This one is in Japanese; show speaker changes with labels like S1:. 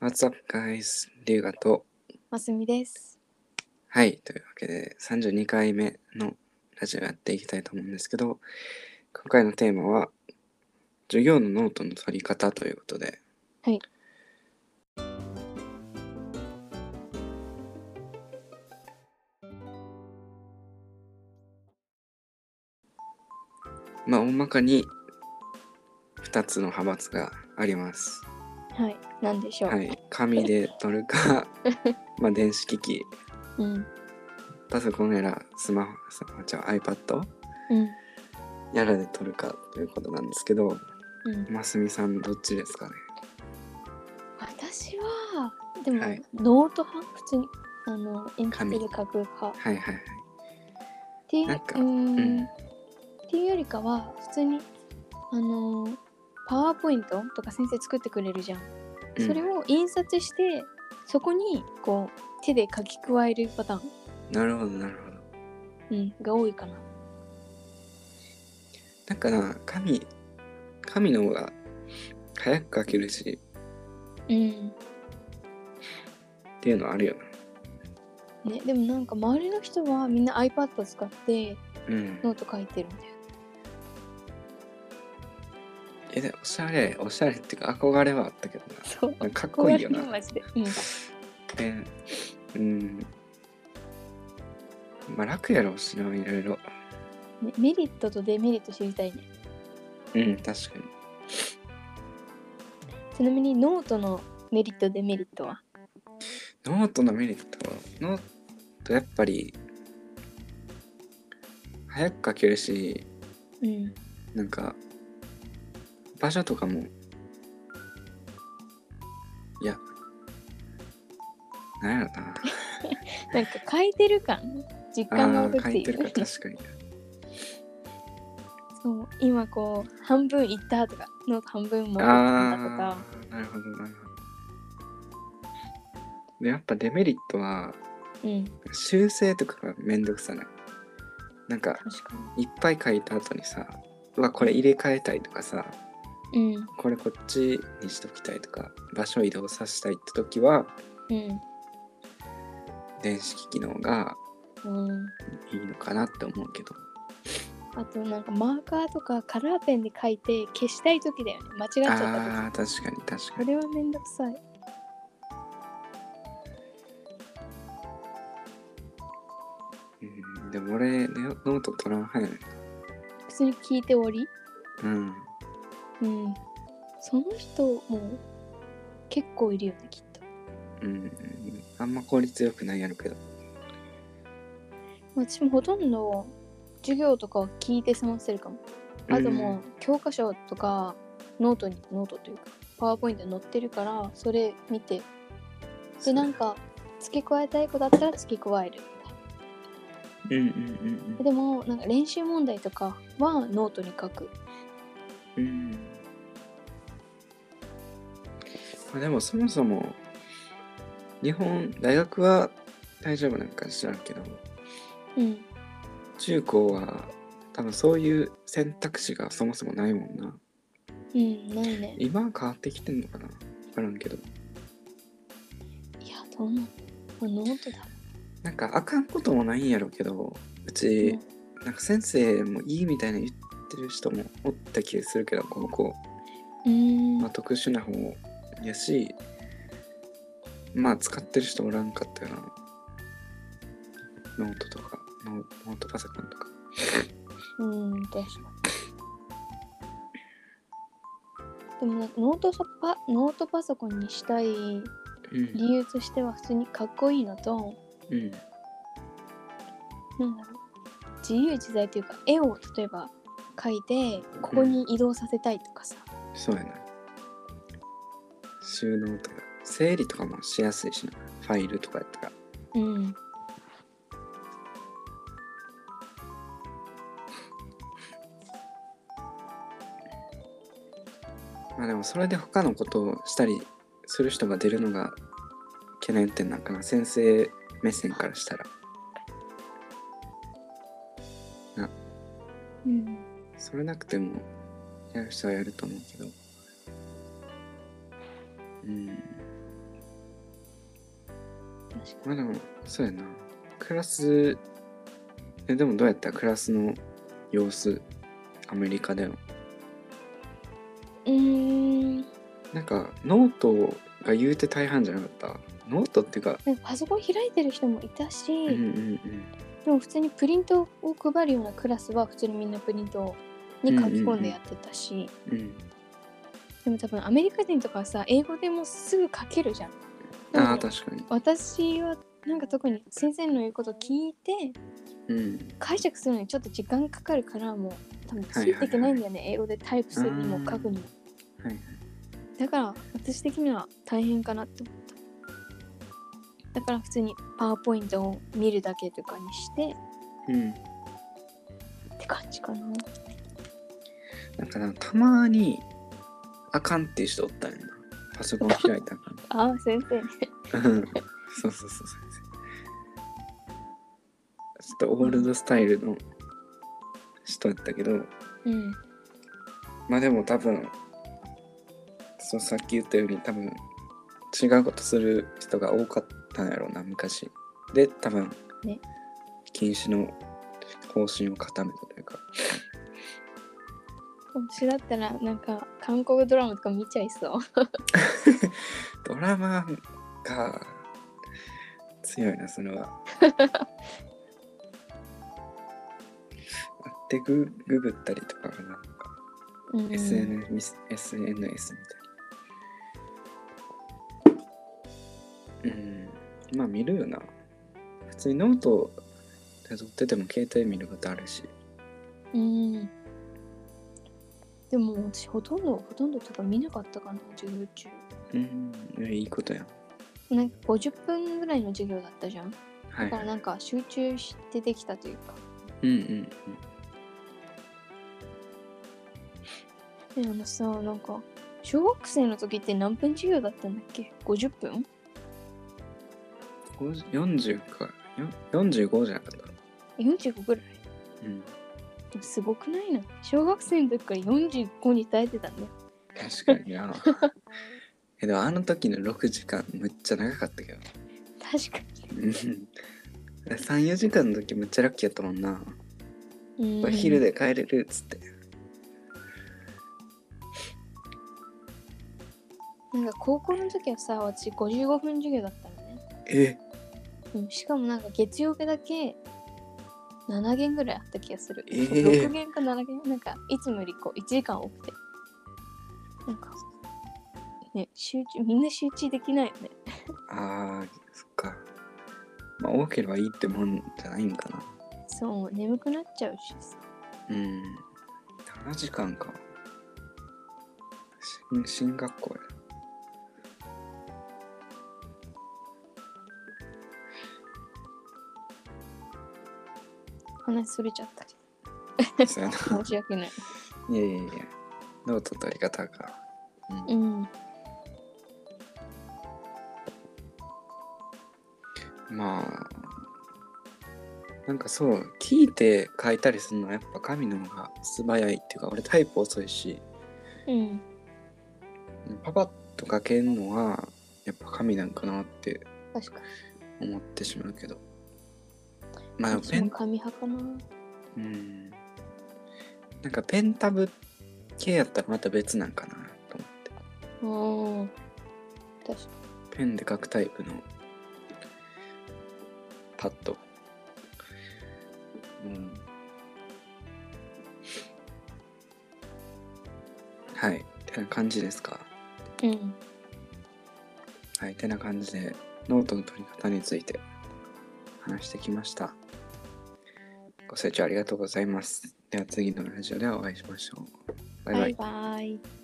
S1: What's up, guys? 龍河と。
S2: ますみです。
S1: はい。というわけで、32回目のラジオやっていきたいと思うんですけど、今回のテーマは、授業のノートの取り方ということで。
S2: はい。
S1: まあ、大まかに2つの派閥があります。
S2: はい。なんでしょう。
S1: はい、紙で取るかまあ電子機器
S2: うん。
S1: パソコンやらスマホスマホじゃあ iPad
S2: うん。
S1: やらで取るかということなんですけど
S2: うん。
S1: ますみさんどっちですかね
S2: 私は、でも、
S1: はい
S2: ノート派普通に、あの、鉛筆で書く派。っ
S1: はいはいはい
S2: ていう、
S1: なんか
S2: うー
S1: うんん
S2: っていうよりかは、普通に、あのー、パワーポイントとか先生作ってくれるじゃん。
S1: うん
S2: それを印刷して、そこに、こう、手で書き加えるパターン、
S1: なるほどなるほど
S2: うん、が多いかな。
S1: だから紙紙の方が早く書けるし
S2: うん。
S1: っていうのはあるよな
S2: ね、でもなんか周りの人はみんな iPad 使って
S1: うん
S2: ノート書いてるんだよ。
S1: えでおしゃれおしゃれっていうか憧れはあったけどな
S2: そう。
S1: なんかかっこいいよな
S2: マジで。うん。
S1: えーうんまあ楽やろうしないろいろ
S2: ね、メリットとデメリット知りたいね
S1: うん確かに
S2: ちなみにノートのメリットデメリットは
S1: ノートのメリットはノートやっぱり早く書けるし
S2: うん
S1: なんか場所とかもいやなんやろな
S2: なんか書いてる感実感が
S1: あ
S2: 湧く
S1: ー
S2: っ
S1: 書
S2: て
S1: い
S2: い
S1: て
S2: う
S1: るから確 かに
S2: そう今こう半分いったとかノート半分も
S1: あ
S2: ったと
S1: ー
S2: か
S1: なるほどなるほどでやっぱデメリットは
S2: うん
S1: 修正とかがめんどくさないなんか
S2: 確か
S1: いっぱい書いた後にさうわこれ入れ替えたいとかさ
S2: にうん
S1: これこっちにしときたいとか場所移動させたいって時は
S2: うん
S1: 電子機器の方が
S2: うん、
S1: いいのかなって思うけど
S2: あとなんかマーカーとかカラーペンで書いて消したい時だよね間違っちゃった
S1: あ
S2: 時
S1: ー確かに確か
S2: こ
S1: に
S2: れはめんどくさい
S1: うんでも俺ねノート取らんはやねん
S2: 普通に聞いて終わり
S1: うん
S2: うんその人もう結構いるよねきっと
S1: うんあんま効率よくないやるけど
S2: 私もほとんど授業とかは聞いて済ませるかもあともう教科書とかノートにノートというかパワーポイントに載ってるからそれ見て
S1: うん
S2: でなんか付け加えたい子だったら付け加える
S1: うんうんうん
S2: でもなんか練習問題とかはノートに書く
S1: うんうんまあでもそもそも日本大学は大丈夫なんか知らんけど
S2: うん
S1: 中高は多分そういう選択肢がそもそもないもんな
S2: うんないね
S1: 今は変わってきてんのかな分からんけど
S2: いやどうなのノートだ
S1: なんかあかんこともないんやろうけどうち、なんか先生もいいみたいな言ってる人もおった気がするけど高校、
S2: うん
S1: まあ、特殊な方やしまあ使ってる人おらんかったよなノートとかノノートパソコンとか
S2: うん、確かに。でもなんかノートソパノートパソコンにしたい理
S1: うん、
S2: 由としては普通にかっこいいのと、
S1: うん、
S2: なんだろう、自由自在というか、絵を例えば描いて、ここに移動させたいとかさ、
S1: そうやな収納とか整理とかもしやすいしなファイルとかやったら
S2: うん。
S1: まあでもそれで他のことをしたりする人が出るのが懸念点なんかな先生目線からしたら
S2: うん、
S1: それなくてもやる人はやると思うけどうん
S2: 確か
S1: まあでも、そうやな。クラス、え、でもどうやったクラスの様子、アメリカでの。
S2: にうーん
S1: なんか、ノートが言うて大半じゃなかった。ノートっていうか、
S2: なんかパソコン開いてる人もいたし、
S1: うんうんうん。
S2: でも普通にプリントを配るようなクラスは普通にみんなプリントに書き込んでやってたし、
S1: うん、
S2: でも多分アメリカ人とかはさ英語でもうすぐ書けるじゃん。な
S1: あ
S2: の
S1: あ、
S2: で
S1: 確かに。
S2: 私はなんか特に先生の言うこと聞いて
S1: うん。
S2: 解釈するのにちょっと時間かかるからもう多分ついていけないんだよね、英語でタイプするにも書くにも
S1: はいはい。
S2: だから私的には大変かなって思っただから普通にパワーポイントを見るだけとかにして
S1: うん。
S2: って感じかな
S1: なんかな、たまに、あかんっていう人おったんやな。パソコン開 いたら
S2: ああ先生
S1: あかん。うんそうそうそう、先生。ちょっとオールドスタイルの人やったけど、
S2: うん
S1: まあでも多分、そうさっき言ったように多分、違うことする人が多かったんやろうな、昔。で、多分、
S2: ね
S1: 禁止の方針を固めたというか。
S2: 私だったらなんか韓国ドラマとか見ちゃいそう
S1: ドラマが強いな、それは。でグ、ググったりとかがなんか、
S2: うん
S1: SNS み SNS みたいな。うん、まあ見るよな。普通にノートで撮ってても携帯見ることあるし。
S2: うんでも私ほとんどほとんどとか見なかったかな授業中
S1: うん、いいことやん。
S2: なんか50分ぐらいの授業だったじゃん
S1: は
S2: だから
S1: い。
S2: なんか集中してできたというか
S1: うんうん
S2: えあのさなんか小学生の時って何分授業だったんだっけ50分
S1: うん。50 40か。よ45じゃなかった。
S2: 45ぐらい
S1: うん。
S2: すごくないな小学生の時から45に耐えてたんだよ
S1: 確かにな。 えでもあの時の6時間むっちゃ長かったけど。
S2: 確か
S1: 3、4時間の時むっちゃラッキーやったもんな。
S2: にうん
S1: お昼で帰れるっつって。
S2: なんか高校の時はさ私55分授業だったのね、
S1: え
S2: うん、しかもなんか月曜日だけ7限ぐらいあった気がする、
S1: えー
S2: 6限か7限なんかいつもよりこう1時間多くてなんかね集中みんな集中できないよね
S1: あー、そっか。まあ、多ければいいってもんじゃないんかな。
S2: そう眠くなっちゃうしさ
S1: うん。7時間か。新新学校や。
S2: 話それちゃったけ
S1: そうやな。
S2: ど申し訳ない
S1: いやいやいや。ノート取り方か。 うん
S2: うん
S1: まあ、なんかそう、聞いて書いたりするのはやっぱ神の方が素早いっていうか、俺タイプ遅いし、
S2: うん
S1: パパッと書けるのは、やっぱ神なんかなって
S2: 確か
S1: 思ってしまうけど。まあでも
S2: に
S1: ペ
S2: 私も
S1: ン、
S2: 紙派かな
S1: うん。なんかペンタブ系やったらまた別なんかなと思って。
S2: うん確か
S1: ペンで書くタイプのパッド。うん。はい。てな感じですか。
S2: にうん
S1: はい。てな感じで、ノートの取り方について話してきました。ご清聴ありがとうございます。では次のラジオでお会いしましょう。バイバイ。
S2: バイバイ